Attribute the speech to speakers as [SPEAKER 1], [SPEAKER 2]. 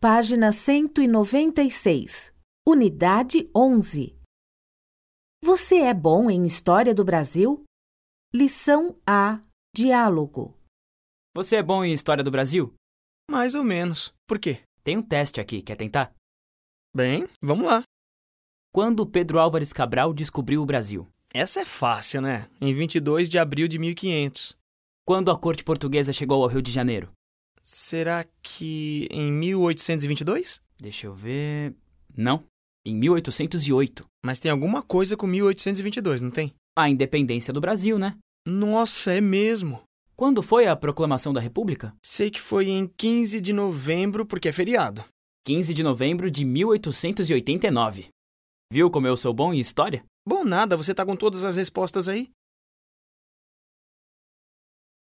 [SPEAKER 1] Página 196. Unidade 11. Você é bom em História do Brasil? Lição A. Diálogo.
[SPEAKER 2] Você é bom em História do Brasil?
[SPEAKER 3] Mais ou menos. Por quê?
[SPEAKER 2] Tem um teste aqui, quer tentar?
[SPEAKER 3] Bem, vamos lá.
[SPEAKER 2] Quando Pedro Álvares Cabral descobriu o Brasil?
[SPEAKER 3] Essa é fácil, né? Em 22 de abril de 1500.
[SPEAKER 2] Quando a corte portuguesa chegou ao Rio de Janeiro?
[SPEAKER 3] Será que em 1822?
[SPEAKER 2] Deixa eu ver. Não, em 1808.
[SPEAKER 3] Mas tem alguma coisa com 1822, não tem?
[SPEAKER 2] A independência do Brasil, né?
[SPEAKER 3] Nossa, é mesmo.
[SPEAKER 2] Quando foi a proclamação da República?
[SPEAKER 3] Sei que foi em 15 de novembro, porque é feriado.
[SPEAKER 2] 15 de novembro de 1889. Viu como eu sou bom em história?
[SPEAKER 3] Bom nada, você tá com todas as respostas aí?